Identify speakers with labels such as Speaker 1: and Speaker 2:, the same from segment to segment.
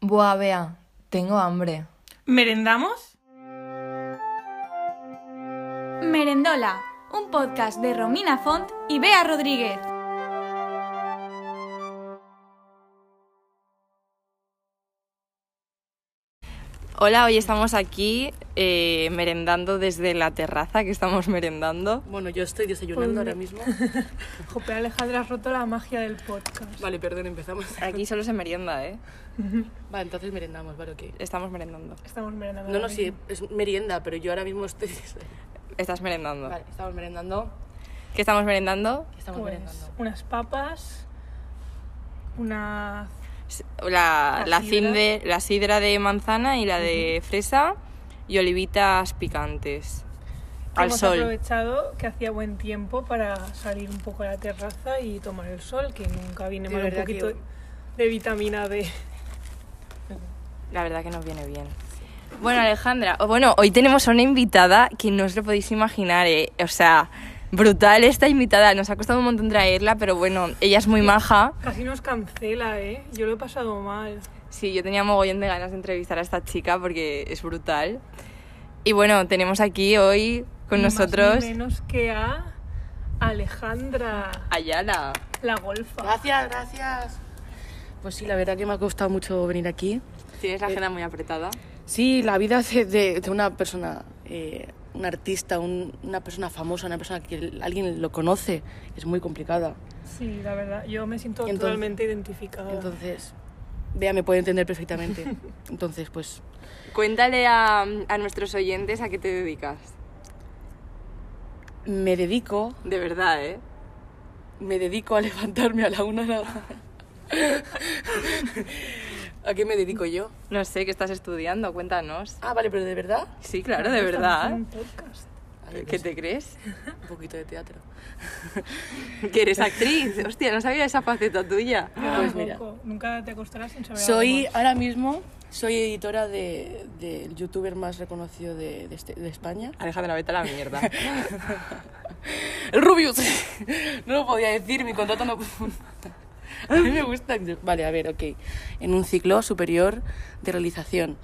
Speaker 1: Buah, vea, tengo hambre.
Speaker 2: ¿Merendamos?
Speaker 3: Merendola, un podcast de Romina Font y Bea Rodríguez.
Speaker 4: Hola, hoy estamos aquí eh, merendando desde la terraza que estamos merendando.
Speaker 5: Bueno, yo estoy desayunando ahora mismo.
Speaker 6: Jope, Alejandra, has roto la magia del podcast.
Speaker 5: Vale, perdón, empezamos.
Speaker 4: Aquí solo se merienda, ¿eh?
Speaker 5: Vale, entonces merendamos, vale, ok.
Speaker 4: Estamos merendando.
Speaker 6: Estamos merendando.
Speaker 5: No, no,
Speaker 6: ahora
Speaker 5: sí,
Speaker 6: mismo.
Speaker 5: es merienda, pero yo ahora mismo estoy...
Speaker 4: Estás merendando.
Speaker 5: Vale, estamos merendando.
Speaker 4: ¿Qué estamos merendando?
Speaker 5: Estamos
Speaker 6: Pues
Speaker 5: merendando.
Speaker 6: unas papas, una...
Speaker 4: La,
Speaker 6: La
Speaker 4: la,
Speaker 6: sidra.
Speaker 4: cinde- la sidra de manzana y la de fresa y olivitas picantes. Al
Speaker 6: hemos
Speaker 4: sol.
Speaker 6: aprovechado que hacía buen tiempo para salir un poco a la terraza y tomar el sol, que nunca viene
Speaker 5: De
Speaker 6: mal un
Speaker 5: verdad que
Speaker 6: poquito de vitamina D.
Speaker 4: La verdad que nos viene bien. Bueno, Alejandra, o- bueno, hoy tenemos a una invitada que no os lo podéis imaginar, ¿eh? O sea, brutal esta invitada. Nos ha costado un montón traerla, pero bueno, ella es muy maja.
Speaker 6: Casi nos cancela, ¿eh? Yo lo he pasado mal.
Speaker 4: Sí, yo tenía mogollón de ganas de entrevistar a esta chica porque es brutal. Y bueno, tenemos aquí hoy con
Speaker 6: Ni más ni
Speaker 4: nosotros
Speaker 6: menos que a Alejandra,
Speaker 4: Ayala.
Speaker 6: la golfa.
Speaker 5: Gracias, gracias. Pues sí, la verdad que me ha costado mucho venir aquí.
Speaker 4: Tienes la agenda muy apretada.
Speaker 5: Sí, la vida de, de- de una persona, eh, un artista, un- una persona famosa, una persona que el- alguien lo conoce, es muy complicada.
Speaker 6: Sí, la verdad, yo me siento
Speaker 5: Entonces-
Speaker 6: totalmente identificada.
Speaker 5: Entonces, Bea me puede entender perfectamente. Entonces, pues
Speaker 4: Cuéntale a, a nuestros oyentes a qué te dedicas.
Speaker 5: me dedico,
Speaker 4: De verdad, ¿eh?
Speaker 5: me dedico a levantarme a la una de la... ¿A qué me dedico yo?
Speaker 4: No sé, ¿qué estás estudiando? Cuéntanos.
Speaker 5: Ah, vale, pero de verdad.
Speaker 4: Sí, claro, de
Speaker 6: Estamos
Speaker 4: verdad.
Speaker 6: haciendo un podcast.
Speaker 5: Ay,
Speaker 4: ¿Qué
Speaker 5: no sé,
Speaker 4: te crees?
Speaker 5: Un poquito de teatro.
Speaker 4: Que eres actriz. Hostia, no sabía esa faceta tuya.
Speaker 5: Pues
Speaker 6: Tampoco,
Speaker 5: mira,
Speaker 6: Nunca te acostarás sin saber
Speaker 5: soy
Speaker 6: algo más.
Speaker 5: ahora mismo soy editora de- del youtuber más reconocido de, de este- de España,
Speaker 4: Alejandra, vete a la mierda.
Speaker 5: el Rubius. no lo podía decir, mi contrato no. a mí me gusta. Vale, a ver, ok. En un ciclo superior de realización.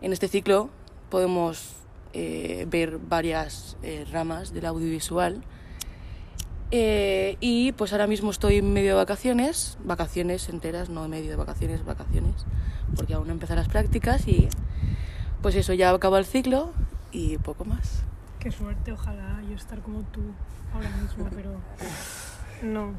Speaker 5: En este ciclo podemos eh, ver varias eh, ramas del audiovisual. Eh, y pues ahora mismo estoy en medio de vacaciones, vacaciones enteras, no en medio de vacaciones, vacaciones, porque aún no empezar las prácticas y pues eso, ya acaba el ciclo y poco más.
Speaker 6: Qué suerte, ojalá yo estar como tú ahora mismo, pero. No.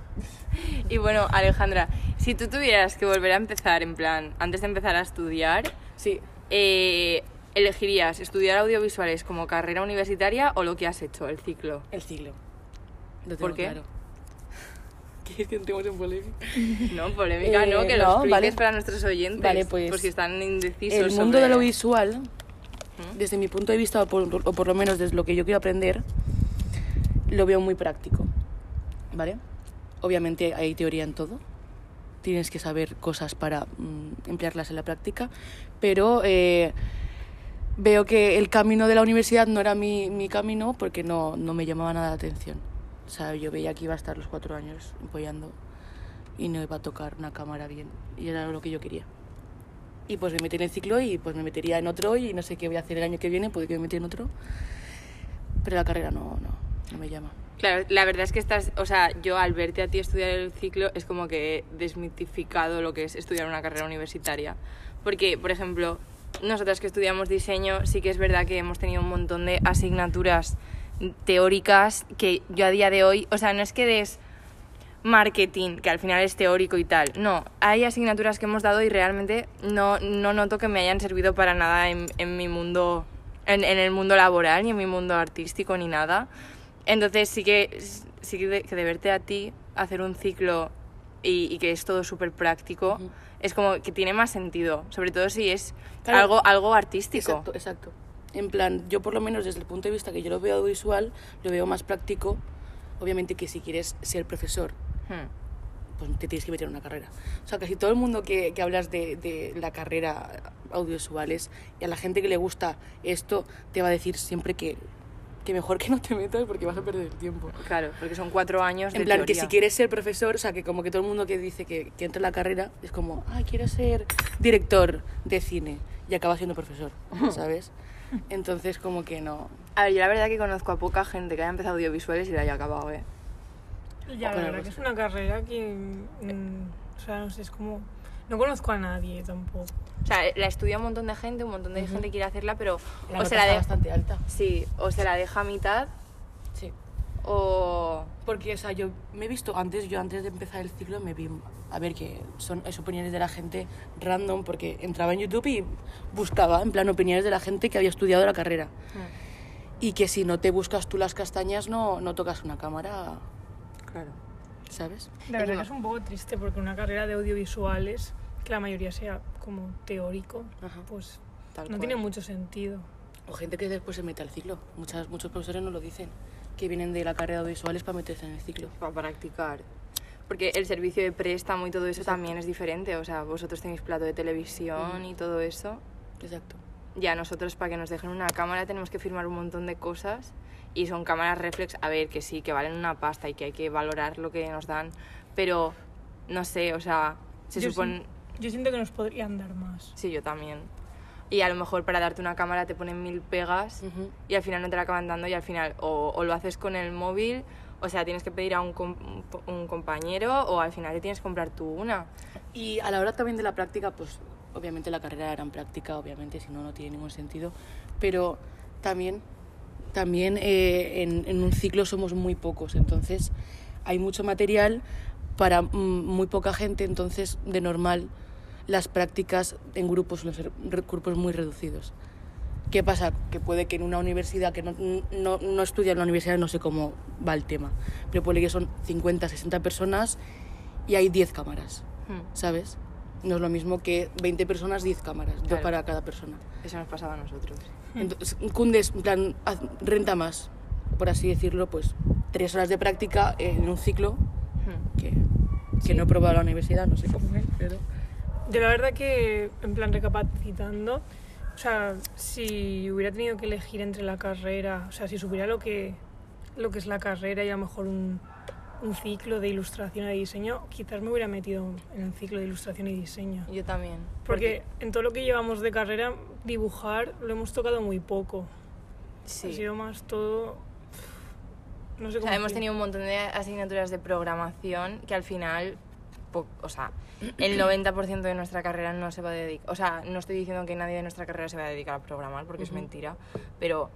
Speaker 4: Y bueno, Alejandra, si tú tuvieras que volver a empezar, en plan, antes de empezar a estudiar,
Speaker 5: Sí,
Speaker 4: eh, ¿elegirías estudiar audiovisuales como carrera universitaria o lo que has hecho, el ciclo?
Speaker 5: El siglo. Lo
Speaker 4: ¿Por
Speaker 5: tengo
Speaker 4: qué?
Speaker 5: claro. ¿Quieres que entremos en polémica?
Speaker 4: No, polémica
Speaker 5: Eh,
Speaker 4: no, que lo
Speaker 5: no,
Speaker 4: expliques
Speaker 5: vale.
Speaker 4: para nuestros oyentes.
Speaker 5: Vale, pues,
Speaker 4: Por si están indecisos.
Speaker 5: El mundo de
Speaker 4: sobre-
Speaker 5: lo visual, desde mi punto de vista, o por, o por lo menos desde lo que yo quiero aprender, lo veo muy práctico. ¿Vale? Obviamente hay teoría en todo. Tienes que saber cosas para mm, emplearlas en la práctica. Pero eh, veo que el camino de la universidad no era mi, mi camino porque no, no me llamaba nada la atención. O sea, yo veía que iba a estar los cuatro años apoyando y no iba a tocar una cámara bien. Y era lo que yo quería. Y pues me metí en el ciclo y pues me metería en otro y no sé qué voy a hacer el año que viene, puede que me metí en otro. Pero la carrera no, no, no me llama.
Speaker 4: Claro, la verdad es que estás, o sea, yo al verte a ti estudiar el ciclo es como que he desmitificado lo que es estudiar una carrera universitaria. Porque, por ejemplo, nosotras que estudiamos diseño, sí que es verdad que hemos tenido un montón de asignaturas teóricas que yo a día de hoy, o sea, no es que des marketing, que al final es teórico y tal. No, hay asignaturas que hemos dado y realmente no, no noto que me hayan servido para nada en, en mi mundo, en, en el mundo laboral, ni en mi mundo artístico, ni nada. Entonces sí que, sí que de, que de verte a ti hacer un ciclo y, y que es todo súper práctico, es como que tiene más sentido, sobre todo si es
Speaker 5: Claro.
Speaker 4: algo, algo artístico.
Speaker 5: Exacto, exacto. En plan, yo por lo menos desde el punto de vista que yo lo veo visual, lo veo más práctico. Obviamente que si quieres ser profesor,
Speaker 4: Hmm.
Speaker 5: pues te tienes que meter en una carrera. O sea, casi todo el mundo que, que hablas de, de la carrera audiovisuales y a la gente que le gusta esto, te va a decir siempre que que mejor que no te metas porque vas a perder el tiempo.
Speaker 4: Claro, porque son cuatro años
Speaker 5: En
Speaker 4: de
Speaker 5: plan, que
Speaker 4: teoría.
Speaker 5: si quieres ser profesor, o sea, que como que todo el mundo que dice que, que entra en la carrera es como, ay, quiero ser director de cine y acaba siendo profesor, ¿sabes? Entonces, como que no.
Speaker 4: A ver, yo la verdad que conozco a poca gente que haya empezado audiovisuales y la haya acabado, ¿eh?
Speaker 6: Ya, la
Speaker 5: Bueno,
Speaker 6: verdad
Speaker 5: pues-
Speaker 6: que es una carrera que. mm, o sea, no sé, es como. No conozco a nadie tampoco.
Speaker 4: O sea, la estudia un montón de gente, un montón de gente quiere hacerla, pero
Speaker 5: La
Speaker 4: o
Speaker 5: nota
Speaker 4: se la
Speaker 5: está
Speaker 4: de-
Speaker 5: bastante alta.
Speaker 4: sí, o se la deja a mitad
Speaker 5: Sí.
Speaker 4: o
Speaker 5: Porque, o sea, yo me he visto antes, yo antes de empezar el ciclo me vi, a ver, que son es opiniones de la gente random, porque entraba en YouTube y buscaba, en plan, opiniones de la gente que había estudiado la carrera. Y que si no te buscas tú las castañas, no, no tocas una cámara,
Speaker 4: claro.
Speaker 5: ¿sabes?
Speaker 6: La verdad que es un poco triste porque una carrera de audiovisuales, que la mayoría sea como teórico,
Speaker 5: Ajá.
Speaker 6: pues
Speaker 5: Tal
Speaker 6: no
Speaker 5: cual.
Speaker 6: tiene mucho sentido.
Speaker 5: O gente que después se mete al ciclo. Muchas, muchos profesores nos lo dicen, que vienen de la carrera de visuales para meterse en el ciclo.
Speaker 4: para practicar. Porque el servicio de préstamo y todo eso también es diferente, o sea, vosotros tenéis plato de televisión y todo eso.
Speaker 5: Exacto.
Speaker 4: Y a nosotros para que nos dejen una cámara tenemos que firmar un montón de cosas y son cámaras reflex, a ver, que sí, que valen una pasta y que hay que valorar lo que nos dan, pero no sé, o sea, se
Speaker 6: Yo
Speaker 4: supone
Speaker 6: sin- Yo siento que nos podrían dar más.
Speaker 4: Sí, yo también. Y a lo mejor para darte una cámara te ponen mil pegas
Speaker 5: Ujú.
Speaker 4: y al final no te la acaban dando y al final o, o lo haces con el móvil, o sea, tienes que pedir a un, com- un po- un compañero o al final te tienes que comprar tú una.
Speaker 5: Y a la hora también de la práctica, pues obviamente la carrera era en práctica, obviamente, si no, no tiene ningún sentido. Pero también, también eh, en, en un ciclo somos muy pocos, entonces hay mucho material para mm, muy poca gente, entonces de normal las prácticas en grupos suelen ser re- grupos muy reducidos. ¿Qué pasa? Que puede que en una universidad que no, no, no estudia en la universidad, no sé cómo va el tema, pero puede que son 50, 60 personas y hay 10 cámaras.
Speaker 4: Hmm,
Speaker 5: ¿sabes? No es lo mismo que 20 personas, 10 cámaras, dos
Speaker 4: Claro.
Speaker 5: para cada persona.
Speaker 4: Eso nos pasaba a nosotros.
Speaker 5: Entonces, Cundes, en plan, haz- renta más, por así decirlo, pues tres horas de práctica en un ciclo
Speaker 4: Hmm.
Speaker 5: que, que no he probado en la universidad, no sé cómo es, pero...
Speaker 6: Yo la verdad que, en plan recapacitando, o sea, si hubiera tenido que elegir entre la carrera, o sea, si supiera lo que, lo que es la carrera y a lo mejor un, un ciclo de ilustración y diseño, quizás me hubiera metido en el ciclo de ilustración y diseño.
Speaker 4: Yo también.
Speaker 6: Porque en todo lo que llevamos de carrera, dibujar lo hemos tocado muy poco.
Speaker 4: Sí.
Speaker 6: Ha sido más todo... No sé
Speaker 4: O
Speaker 6: cómo...
Speaker 4: sea, hemos
Speaker 6: decir.
Speaker 4: tenido un montón de asignaturas de programación que al final, po- o sea, el 90% de nuestra carrera no se va a dedicar, o sea, no estoy diciendo que nadie de nuestra carrera se va a dedicar a programar porque es mentira, pero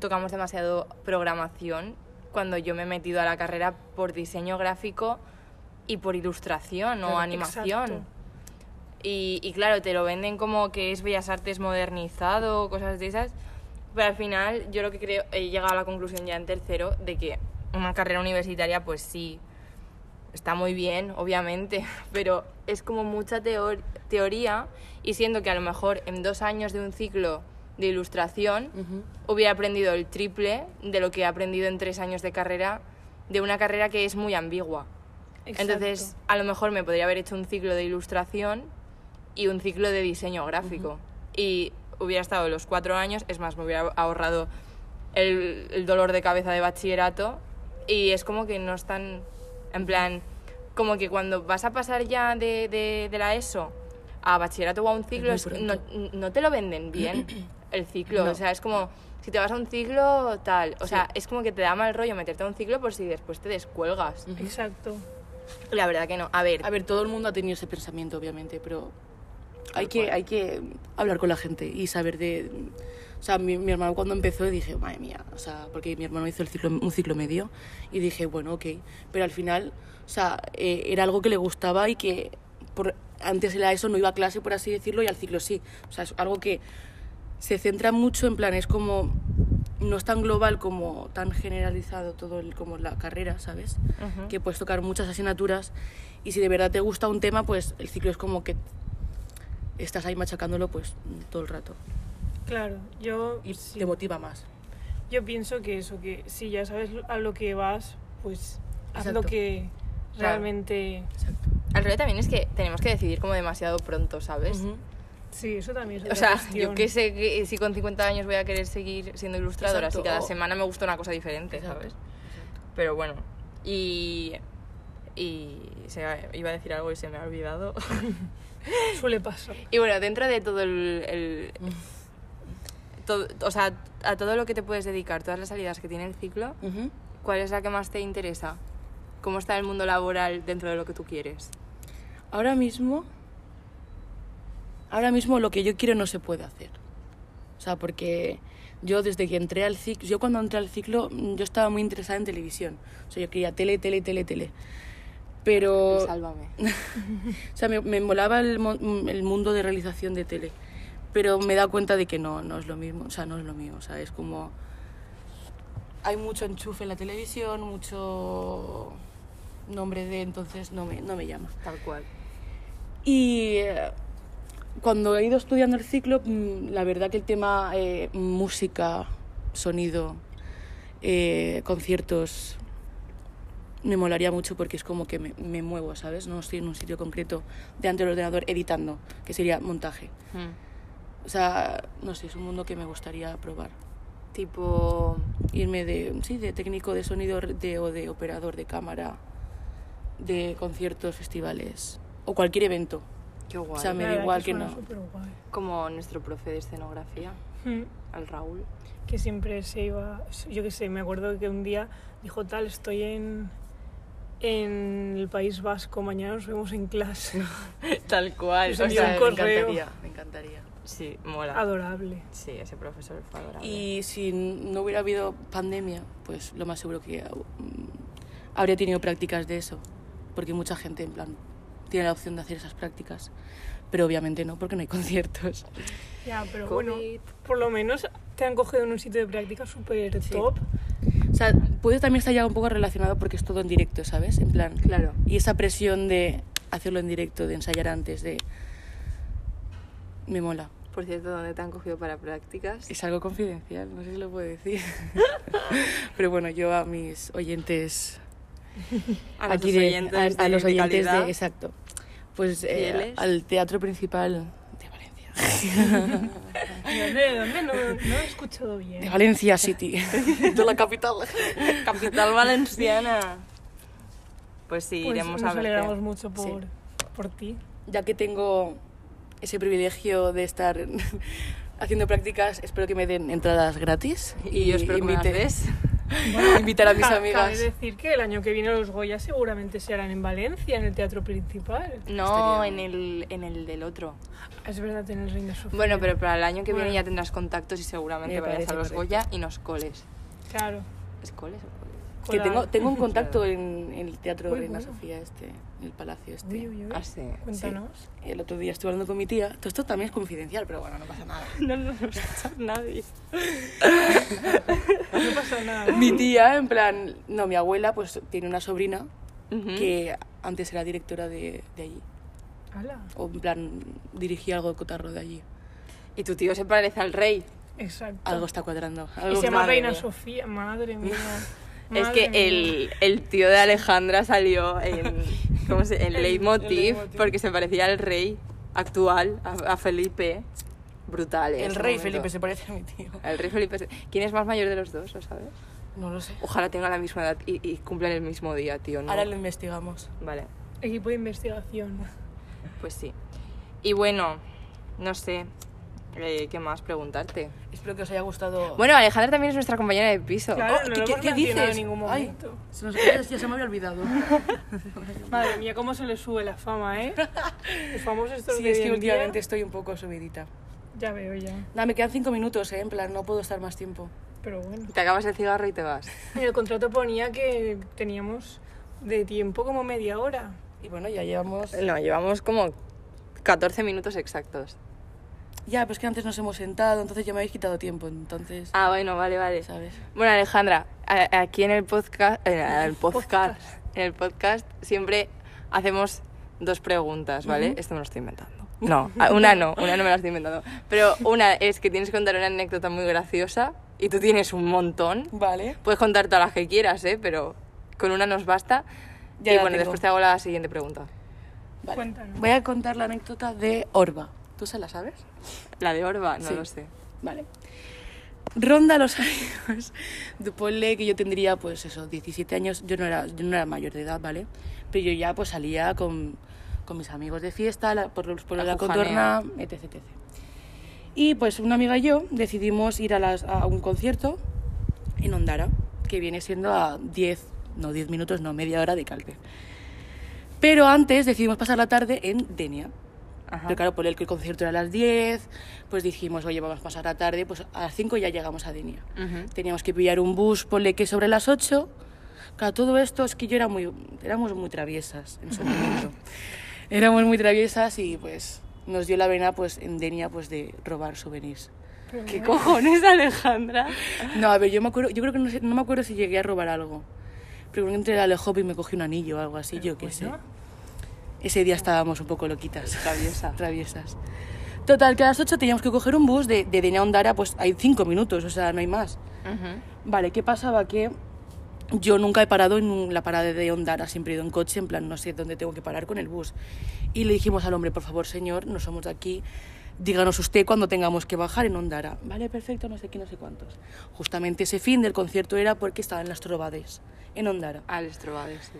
Speaker 4: tocamos demasiado programación cuando yo me he metido a la carrera por diseño gráfico y por ilustración o
Speaker 6: Claro,
Speaker 4: animación.
Speaker 6: exacto.
Speaker 4: Y, y claro, te lo venden como que es Bellas Artes modernizado, cosas de esas. Pero al final, yo lo que creo, he llegado a la conclusión ya en tercero de que una carrera universitaria, pues sí, está muy bien, obviamente, pero es como mucha teor- teoría y siendo que a lo mejor en dos años de un ciclo de ilustración hubiera aprendido el triple de lo que he aprendido en tres años de carrera, de una carrera que es muy ambigua.
Speaker 6: Exacto.
Speaker 4: Entonces, a lo mejor me podría haber hecho un ciclo de ilustración y un ciclo de diseño gráfico. Y hubiera estado los cuatro años, es más, me hubiera ahorrado el, el dolor de cabeza de bachillerato. Y es como que no están, en plan, como que cuando vas a pasar ya de, de- de la ESO a bachillerato o a un ciclo,
Speaker 5: Es muy
Speaker 4: es- no, no te lo venden bien el ciclo.
Speaker 5: No.
Speaker 4: O sea, es como, si te vas a un ciclo, tal. O sea, es como que te da mal rollo meterte a un ciclo por si después te descuelgas.
Speaker 6: Exacto.
Speaker 4: La verdad que no. A ver,
Speaker 5: A ver, todo el mundo ha tenido ese pensamiento, obviamente, pero hay que, hay que hablar con la gente y saber de... O sea, mi, mi hermano cuando empezó dije, madre mía, o sea, porque mi hermano hizo el ciclo, un ciclo medio y dije, bueno, ok, pero al final, o sea, eh, era algo que le gustaba y que por, antes era eso, no iba a clase, por así decirlo, y al ciclo sí. O sea, es algo que se centra mucho en plan, es como, no es tan global como tan generalizado todo el, como la carrera, ¿sabes? Que puedes tocar muchas asignaturas y si de verdad te gusta un tema, pues el ciclo es como que estás ahí machacándolo pues todo el rato
Speaker 6: Claro, yo...
Speaker 5: y
Speaker 6: Pues sí.
Speaker 5: te motiva más.
Speaker 6: Yo pienso que eso, que si ya sabes lo- a lo que vas, pues haz
Speaker 5: Exacto.
Speaker 6: lo que
Speaker 4: Claro.
Speaker 6: realmente...
Speaker 5: Exacto.
Speaker 4: al rollo también es que tenemos que decidir como demasiado pronto, ¿sabes?
Speaker 6: Sí, eso también es
Speaker 4: O
Speaker 6: otra
Speaker 4: sea,
Speaker 6: cuestión.
Speaker 4: yo que sé que si con 50 años voy a querer seguir siendo ilustradora, si
Speaker 5: Exacto,
Speaker 4: cada
Speaker 5: o-
Speaker 4: semana me gusta una cosa diferente,
Speaker 5: Exacto,
Speaker 4: ¿sabes? Pero bueno, y. Y. se- iba a decir algo y se me ha olvidado.
Speaker 6: Suele pasar.
Speaker 4: Y bueno, dentro de todo el... el- todo- o sea, a todo lo que te puedes dedicar, todas las salidas que tiene el ciclo,
Speaker 5: Ujú.
Speaker 4: ¿cuál es la que más te interesa? ¿Cómo está el mundo laboral dentro de lo que tú quieres?
Speaker 5: Ahora mismo, ahora mismo lo que yo quiero no se puede hacer. O sea, porque yo desde que entré al ciclo, yo cuando entré al ciclo, mm, yo estaba muy interesada en televisión. O sea, yo quería tele, tele, tele, tele.
Speaker 4: Pues
Speaker 5: Pero, o
Speaker 4: Sálvame.
Speaker 5: sea, me, me molaba el, mo- mm, el mundo de realización de tele. Pero me he dado cuenta de que no, no es lo mismo. O sea, no es lo mío. O sea, es como... Hay mucho enchufe en la televisión, mucho nombre de... Entonces no me, no me llama.
Speaker 4: Tal cual.
Speaker 5: Y eh, cuando he ido estudiando el ciclo, mm, la verdad que el tema eh, música, sonido, eh, conciertos, me molaría mucho porque es como que me, me muevo, ¿sabes? No estoy en un sitio concreto delante del ordenador editando, que sería montaje.
Speaker 4: Hmm.
Speaker 5: O sea, no sé, es un mundo que me gustaría probar.
Speaker 4: Tipo...
Speaker 5: Irme de, sí, de técnico de sonido de, o de operador de cámara, de conciertos, festivales o cualquier evento.
Speaker 4: Qué guay.
Speaker 5: O sea,
Speaker 6: La
Speaker 5: me da
Speaker 6: verdad
Speaker 5: igual que
Speaker 6: suena
Speaker 5: no.
Speaker 6: superguay.
Speaker 4: Como nuestro profe de escenografía,
Speaker 6: Mm.
Speaker 4: al Raúl.
Speaker 6: que siempre se iba, yo qué sé, me acuerdo que un día dijo tal, estoy en, en el País Vasco, mañana nos vemos en clase.
Speaker 4: Tal cual.
Speaker 6: Nos envió un correo
Speaker 5: me encantaría.
Speaker 4: Sí, mola.
Speaker 6: adorable.
Speaker 4: Sí, ese profesor fue adorable.
Speaker 5: Y si no hubiera habido pandemia, pues lo más seguro que mm, habría tenido prácticas de eso, porque mucha gente en plan tiene la opción de hacer esas prácticas, pero obviamente no, porque no hay conciertos.
Speaker 6: Ya, pero
Speaker 4: COVID.
Speaker 6: bueno, por lo menos te han cogido en un sitio de práctica súper
Speaker 5: Sí.
Speaker 6: top.
Speaker 5: O sea, puede también estar ya un poco relacionado porque es todo en directo, ¿sabes? En plan,
Speaker 4: Claro.
Speaker 5: y esa presión de hacerlo en directo, de ensayar antes, de me mola.
Speaker 4: Por cierto, ¿dónde te han cogido para prácticas?
Speaker 5: Es algo confidencial, no sé si lo puedo decir. Pero bueno, yo a mis oyentes
Speaker 4: A nuestros
Speaker 5: aquí de-
Speaker 4: oyentes
Speaker 5: a- a
Speaker 4: de-
Speaker 5: los
Speaker 4: de
Speaker 5: oyentes de,
Speaker 4: calidad.
Speaker 5: exacto. Pues eh,
Speaker 4: Fieles.
Speaker 5: al teatro principal de Valencia.
Speaker 6: ¿De dónde? No, no he escuchado
Speaker 5: De
Speaker 6: bien.
Speaker 5: Valencia City. de la capital.
Speaker 4: Capital valenciana. Pues sí,
Speaker 6: Pues
Speaker 4: iremos a
Speaker 6: nos
Speaker 4: verte.
Speaker 6: alegramos mucho por, por ti.
Speaker 5: Ya que tengo ese privilegio de estar haciendo prácticas, espero que me den entradas gratis.
Speaker 4: Y, yo espero que me las
Speaker 5: invite-
Speaker 4: des.
Speaker 5: invitar a mis
Speaker 6: Ca-
Speaker 5: amigas.
Speaker 6: Cabe decir que el año que viene los Goya seguramente se harán en Valencia, en el teatro principal.
Speaker 5: Mm.
Speaker 4: No,
Speaker 5: Estaría
Speaker 4: en el, en el del otro.
Speaker 6: Es verdad, en el Reina Sofía.
Speaker 4: Bueno, pero para el año que viene
Speaker 6: Bueno.
Speaker 4: ya tendrás contactos y seguramente
Speaker 5: Me
Speaker 4: vayas
Speaker 5: parece
Speaker 4: a los
Speaker 5: correcto.
Speaker 4: Goya y nos coles.
Speaker 6: Claro.
Speaker 4: ¿Es coles o coles?
Speaker 5: Que
Speaker 6: colar.
Speaker 5: tengo, tengo un contacto en, en el Teatro
Speaker 6: Uy,
Speaker 5: Reina
Speaker 6: bueno.
Speaker 5: Sofía, este, en el Palacio este.
Speaker 6: Uy, uy, uy.
Speaker 4: Ah, sí.
Speaker 6: Cuéntanos.
Speaker 5: El otro día estuve hablando con mi tía. Todo esto también es confidencial, pero bueno, no pasa nada.
Speaker 4: No nos lo nadie.
Speaker 6: No pasa nada.
Speaker 5: Mi tía, en plan, no, mi abuela, pues tiene una sobrina que antes era directora de, de allí.
Speaker 6: Hala.
Speaker 5: O en plan, dirigía algo de cotarro de allí.
Speaker 4: Y tu tío se parece al rey.
Speaker 6: Exacto.
Speaker 5: Algo está cuadrando.
Speaker 6: y
Speaker 5: algo
Speaker 6: se llama
Speaker 5: está-
Speaker 4: madre
Speaker 6: Reina
Speaker 4: mía.
Speaker 6: Sofía. Madre mía.
Speaker 4: es que
Speaker 6: Madre mía.
Speaker 4: el, el tío de Alejandra salió en, ¿cómo se- en
Speaker 5: El-
Speaker 4: Leitmotiv,
Speaker 5: el Leitmotiv.
Speaker 4: porque se parecía al rey actual, a, a Felipe. Brutal, ¿eh?
Speaker 5: El
Speaker 4: ese
Speaker 5: rey
Speaker 4: momento.
Speaker 5: Felipe se parece a mi tío.
Speaker 4: El rey Felipe. se- ¿Quién es más mayor de los dos, lo sabes?
Speaker 5: No lo sé.
Speaker 4: Ojalá tengan la misma edad y, y cumplan el mismo día, tío. ¿no?
Speaker 5: Ahora lo investigamos.
Speaker 4: Vale,
Speaker 6: Equipo de investigación.
Speaker 4: pues sí. Y bueno, no sé eh, qué más preguntarte.
Speaker 5: Espero que os haya gustado.
Speaker 4: Bueno, Alejandra también es nuestra compañera de piso.
Speaker 6: Claro,
Speaker 5: Oh,
Speaker 6: no
Speaker 5: ¿qué-
Speaker 6: lo
Speaker 5: qué-
Speaker 6: hemos
Speaker 5: qué
Speaker 6: mencionado
Speaker 5: dices?
Speaker 6: en ningún
Speaker 5: Ay.
Speaker 6: momento.
Speaker 5: Se nos- ya se me había olvidado.
Speaker 6: Madre mía, cómo se le sube la fama, ¿eh? Los famosos estos
Speaker 5: Sí,
Speaker 6: de
Speaker 5: es
Speaker 6: hoy
Speaker 5: que
Speaker 6: en
Speaker 5: últimamente estoy un poco subidita.
Speaker 6: día- Ya veo, ya.
Speaker 5: Nada, me quedan cinco minutos, ¿eh? En plan, no puedo estar más tiempo.
Speaker 6: Pero bueno.
Speaker 4: Te acabas el cigarro y te vas.
Speaker 6: En el contrato ponía que teníamos de tiempo como media hora.
Speaker 5: Y bueno, ya llevamos...
Speaker 4: No, llevamos como 14 minutos exactos.
Speaker 5: Ya, pero es que antes nos hemos sentado, entonces ya me habéis quitado tiempo, entonces...
Speaker 4: Ah, bueno, vale, vale.
Speaker 5: ¿Sabes?
Speaker 4: Bueno, Alejandra, a- aquí en el podcast, en el podcast, en el podcast siempre hacemos dos preguntas, ¿vale? Esto me lo estoy inventando. No, a- una no, una no me la estoy inventando. Pero una es que tienes que contar una anécdota muy graciosa y tú tienes un montón.
Speaker 5: Vale.
Speaker 4: Puedes contar todas las que quieras, ¿eh? Pero con una nos basta.
Speaker 5: Ya
Speaker 4: y
Speaker 5: la
Speaker 4: bueno,
Speaker 5: tengo.
Speaker 4: después te hago la siguiente pregunta.
Speaker 5: Vale.
Speaker 6: Cuéntanos.
Speaker 5: Voy a contar la anécdota de Orba. ¿Tú se la sabes?
Speaker 4: La de Orba, no
Speaker 5: Sí.
Speaker 4: lo sé.
Speaker 5: Vale. Ronda los años. de Ponle que yo tendría, pues eso, 17 años. Yo no era, yo no era mayor de edad, ¿vale? Pero yo ya pues salía con, con mis amigos de fiesta, la- por, los- por
Speaker 4: La
Speaker 5: la
Speaker 4: jujanea.
Speaker 5: contorna, etc, etc. Y pues una amiga y yo decidimos ir a, las- a un concierto en Ondara, que viene siendo a 10, no 10 minutos, no, media hora de Calpe. Pero antes decidimos pasar la tarde en Denia.
Speaker 4: Ajá.
Speaker 5: Pero claro, por el que el concierto era a las 10, pues dijimos, oye, vamos a pasar la tarde, pues a las 5 ya llegamos a Denia.
Speaker 4: Ujú.
Speaker 5: Teníamos que pillar un bus, ponle que sobre las 8. Claro, todo esto es que yo era muy, éramos muy traviesas en su momento. éramos muy traviesas y pues nos dio la vena pues en Denia pues de robar souvenirs.
Speaker 4: ¿Qué cojones, Alejandra?
Speaker 5: No, a ver, yo me acuerdo, yo creo que no, sé- no me acuerdo si llegué a robar algo. Pero creo que entré al hobby y me cogí un anillo o algo así, yo qué sé. Ese día estábamos un poco loquitas.
Speaker 4: Traviesa.
Speaker 5: Traviesas. Total, que a las 8 teníamos que coger un bus de, de Denia a Ondara, pues hay 5 minutos, o sea, no hay más.
Speaker 4: Ujú.
Speaker 5: Vale, ¿qué pasaba? Que yo nunca he parado en un- la parada de Ondara, siempre he ido en coche, en plan, no sé dónde tengo que parar con el bus. Y le dijimos al hombre, por favor, señor, no somos de aquí, díganos usted cuando tengamos que bajar en Ondara. Vale, perfecto, no sé qué, no sé cuántos. Justamente ese fin del concierto era porque estaban las trovades en Ondara.
Speaker 4: Al Estrobade, sí.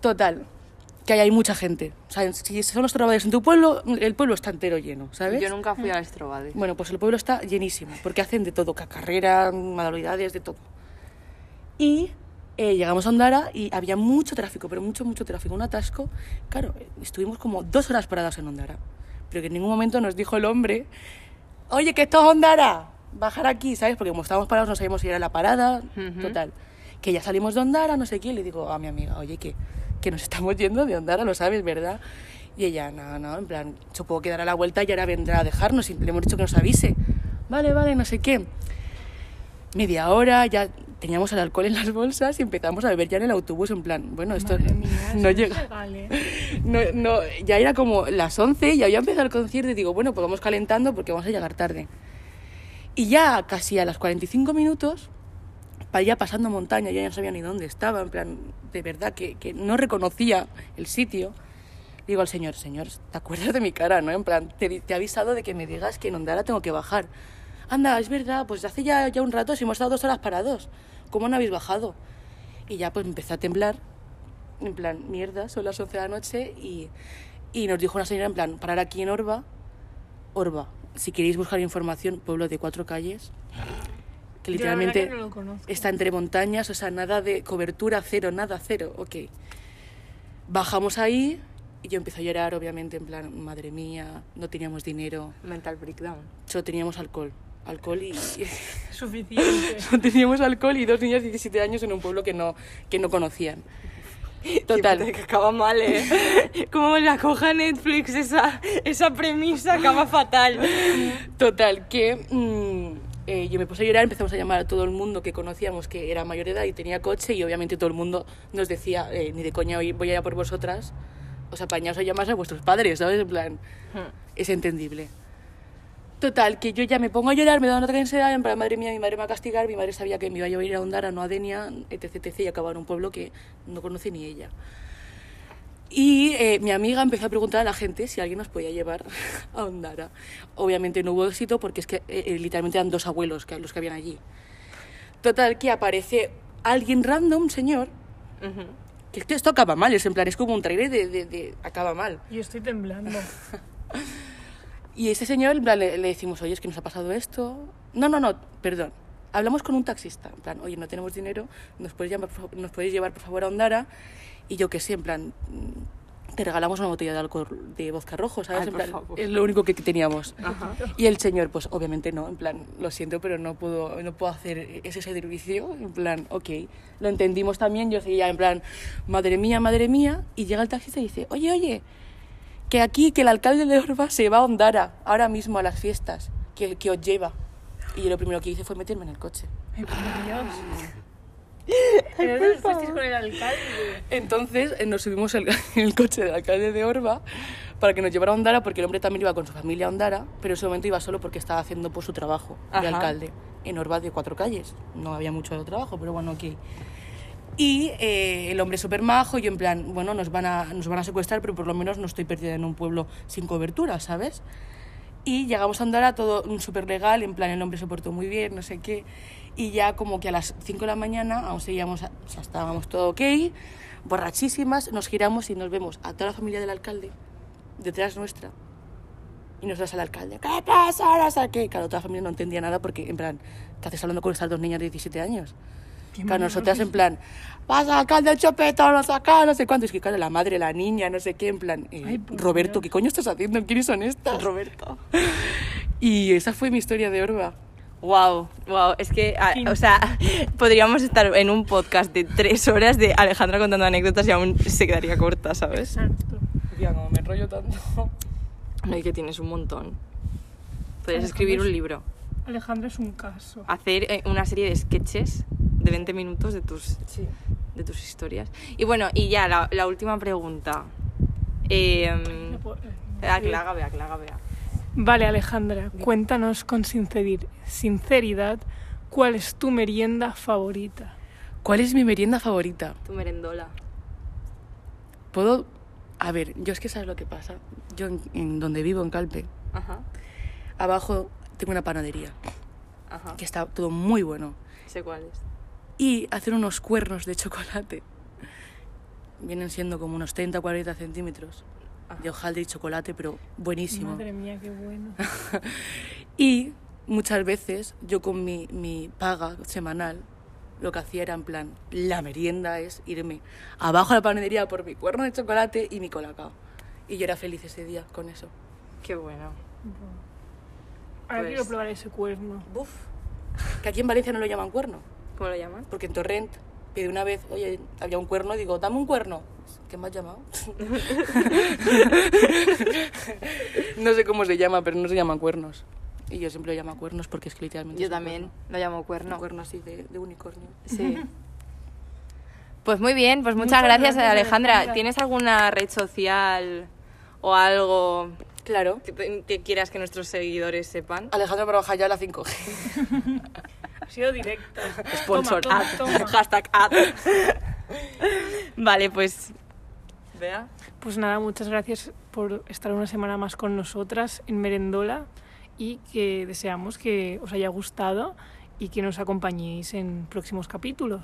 Speaker 5: Total, que ahí hay mucha gente. O sea, si son los trovades en tu pueblo, el pueblo está entero lleno, ¿sabes?
Speaker 4: Yo nunca fui al Estrobade.
Speaker 5: Bueno, pues el pueblo está llenísimo, porque hacen de todo, carrera, manualidades, de todo. Y eh, llegamos a Ondara y había mucho tráfico, pero mucho, mucho tráfico, un atasco. Claro, eh, estuvimos como dos horas paradas en Ondara, pero que en ningún momento nos dijo el hombre, oye, que esto es Ondara, bajar aquí, ¿sabes? Porque como estábamos parados no sabíamos si era la parada,
Speaker 4: Ujú.
Speaker 5: total. Que ya salimos de Ondara, no sé qué, y le digo a mi amiga, oye, que, que nos estamos yendo de Ondara, lo sabes, ¿verdad? Y ella, no, no, en plan, supongo que dará la vuelta y ahora vendrá a dejarnos y le hemos dicho que nos avise. Vale, vale, no sé qué media hora, ya teníamos el alcohol en las bolsas y empezamos a beber ya en el autobús, en plan, bueno, esto no llega. No, no, ya era como las 11 y había empezado el concierto y digo, bueno, pues vamos calentando porque vamos a llegar tarde. Y ya casi a las 45 minutos, pa- ya pasando montaña, ya no sabía ni dónde estaba, en plan, de verdad que, que no reconocía el sitio. Digo al señor, señor, ¿te acuerdas de mi cara, no? En plan, te, di- te he avisado de que me digas que en Ondara tengo que bajar. Anda, es verdad, pues hace ya, ya un rato, si hemos estado dos horas parados, ¿cómo no habéis bajado? Y ya pues empecé a temblar, en plan, mierda, son las 11 de la noche, y, y nos dijo una señora, en plan, parar aquí en Orba, Orba, si queréis buscar información, pueblo de cuatro calles, que
Speaker 6: Yo la verdad
Speaker 5: literalmente
Speaker 6: que no lo conozco.
Speaker 5: está entre montañas, o sea, nada de cobertura cero, nada cero, ok. Bajamos ahí y yo empecé a llorar, obviamente, en plan, madre mía, no teníamos dinero,
Speaker 4: Mental breakdown.
Speaker 5: solo teníamos alcohol. Alcohol y.
Speaker 6: Suficiente.
Speaker 5: solo teníamos alcohol y dos niñas de 17 años en un pueblo que no, que no conocían.
Speaker 4: Qué puta,
Speaker 5: Total.
Speaker 4: Que acaba mal, ¿eh? Como la coja Netflix, esa, esa premisa acaba fatal.
Speaker 5: Total, que mm, eh, yo me puse a llorar, empezamos a llamar a todo el mundo que conocíamos que era mayor de edad y tenía coche y obviamente todo el mundo nos decía, eh, ni de coña hoy voy a ir a por vosotras, os apañaos a llamar a vuestros padres, ¿sabes? En plan, es entendible. Total, que yo ya me pongo a llorar, me da una ansiedad, en plan, madre mía, mi madre me va a castigar, mi madre sabía que me iba a ir a Ondara, no a Denia, etc, etc, y acababa en un pueblo que no conoce ni ella. Y eh, mi amiga empezó a preguntar a la gente si alguien nos podía llevar a Ondara. Obviamente no hubo éxito porque es que eh, eh, literalmente eran dos abuelos que, los que habían allí. Total, que aparece alguien random, un señor, que esto, esto acaba mal, es en plan, es como un trailer de, de- de acaba mal.
Speaker 6: Yo estoy temblando.
Speaker 5: Y ese señor, en plan, le, le decimos, oye, es que nos ha pasado esto. No, no, no, perdón. Hablamos con un taxista, en plan, oye, no tenemos dinero, nos puedes, llamar, por fa- nos puedes llevar por favor a Ondara. Y yo que sé, en plan, mm, te regalamos una botella de alcohol de vodka rojo, ¿sabes?
Speaker 4: Ay,
Speaker 5: En
Speaker 4: por
Speaker 5: plan,
Speaker 4: favor.
Speaker 5: es lo único que que teníamos.
Speaker 4: Ajá.
Speaker 5: Y el señor, pues obviamente no, en plan, lo siento, pero no puedo, no puedo hacer ese servicio, en plan, ok. Lo entendimos también, yo seguía en plan, madre mía, madre mía, y llega el taxista y dice, oye, oye, que aquí, que el alcalde de Orba se va a Ondara ahora mismo a las fiestas, que, que os lleva. Y yo lo primero que hice fue meterme en el coche.
Speaker 6: Pero entonces fuisteis con el alcalde.
Speaker 5: Entonces eh, nos subimos el- en el coche del alcalde de Orba para que nos llevara a Ondara, porque el hombre también iba con su familia a Ondara, pero en ese momento iba solo porque estaba haciendo por su trabajo de
Speaker 4: Ajá.
Speaker 5: alcalde en Orba de cuatro calles. No había mucho otro trabajo, pero bueno, ok. Y eh, el hombre súper majo, yo en plan, bueno, nos van, a, nos van a secuestrar, pero por lo menos no estoy perdida en un pueblo sin cobertura, ¿sabes? Y llegamos a Andorra todo súper legal, en plan el hombre se portó muy bien, no sé qué. Y ya como que a las 5 de la mañana aún seguíamos, a- o sea, estábamos todo ok, borrachísimas, nos giramos y nos vemos a toda la familia del alcalde, detrás nuestra. Y nos das al alcalde, ¿qué pasa? No sé qué. Claro, toda la familia no entendía nada porque, en plan, ¿qué haces hablando con estas dos niñas de 17 años? Claro, nosotras en plan, vas al alcalde chopetón, no sé qué, no sé cuánto. Es que, claro, la madre, la niña, no sé qué, en plan, eh, Roberto, ¿qué coño estás haciendo? ¿Quiénes son estas? Roberto. y esa fue mi historia de Orba.
Speaker 4: Wow, wow, es que, a- o sea, podríamos estar en un podcast de tres horas de Alejandra contando anécdotas y aún se quedaría corta, ¿sabes?
Speaker 6: Exacto.
Speaker 5: Tía, como me enrollo tanto.
Speaker 4: No, y que tienes un montón. Puedes escribir un libro,
Speaker 6: Alejandra es un caso.
Speaker 5: Ah,
Speaker 4: hacer eh, una serie de sketches de 20 minutos de tus, de tus historias. Y bueno, y ya, la, la última pregunta. Em,
Speaker 6: No puedo- eh,
Speaker 4: ah, que la haga Bea, que la haga Bea.
Speaker 6: Vale, Alejandra, cuéntanos con sincerir- sinceridad cuál es tu merienda favorita.
Speaker 5: ¿Cuál es mi merienda favorita?
Speaker 4: Tu merendola.
Speaker 5: Puedo. A ver, yo es que sabes lo que pasa. Yo en, en donde vivo, en Calpe,
Speaker 4: Ajá,
Speaker 5: abajo tengo una panadería
Speaker 4: ajá.
Speaker 5: que está todo muy bueno.
Speaker 4: Sé cuál es.
Speaker 5: Y hacen unos cuernos de chocolate. Vienen siendo como unos 30 40 centímetros de hojaldre y chocolate, pero buenísimo.
Speaker 6: Madre mía, qué bueno.
Speaker 5: Y muchas veces yo con mi, mi paga semanal lo que hacía era en plan, la merienda es irme abajo a la panadería por mi cuerno de chocolate y mi colacao. Y yo era feliz ese día con eso.
Speaker 4: Qué bueno.
Speaker 6: Ahora
Speaker 4: Pues-
Speaker 6: quiero probar ese cuerno.
Speaker 5: Buf. Que aquí en Valencia no lo llaman cuerno,
Speaker 4: ¿Cómo lo llaman?
Speaker 5: porque en Torrent pedí una vez, oye, había un cuerno, digo, dame un cuerno. ¿Qué me has llamado? no sé cómo se llama, pero no se llaman cuernos. Y yo siempre lo llamo cuernos porque es que literalmente...
Speaker 4: Yo
Speaker 5: es un
Speaker 4: también.
Speaker 5: cuerno.
Speaker 4: Lo llamo
Speaker 5: Un
Speaker 4: cuerno.
Speaker 5: cuerno así de- de unicornio.
Speaker 4: Sí. Pues muy bien, pues muchas,
Speaker 6: Muchas
Speaker 4: gracias,
Speaker 6: gracias,
Speaker 4: Alejandra.
Speaker 6: Alejandra.
Speaker 4: ¿Tienes alguna red social o algo
Speaker 5: Claro.
Speaker 4: que, te- que quieras que nuestros seguidores sepan?
Speaker 5: Alejandro trabaja ya la 5G.
Speaker 6: Ha sido directa.
Speaker 4: Sponsor
Speaker 6: Toma,
Speaker 4: ad.
Speaker 6: toma, Ah, toma.
Speaker 4: Ah, Hashtag ad. vale, pues. Vea.
Speaker 6: Pues nada, muchas gracias por estar una semana más con nosotras en Merendola y que deseamos que os haya gustado y que nos acompañéis en próximos capítulos.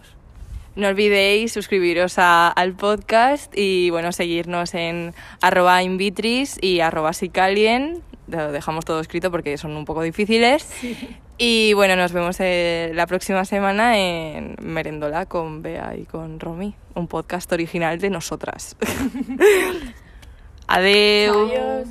Speaker 4: No olvidéis suscribiros a- al podcast y bueno, seguirnos en arroba invitris y arroba sicalien. Lo dejamos todo escrito porque son un poco difíciles. Y bueno, nos vemos eh, la próxima semana en Merendola con Bea y con Romy, un podcast original de nosotras. Adeu.
Speaker 5: Adiós.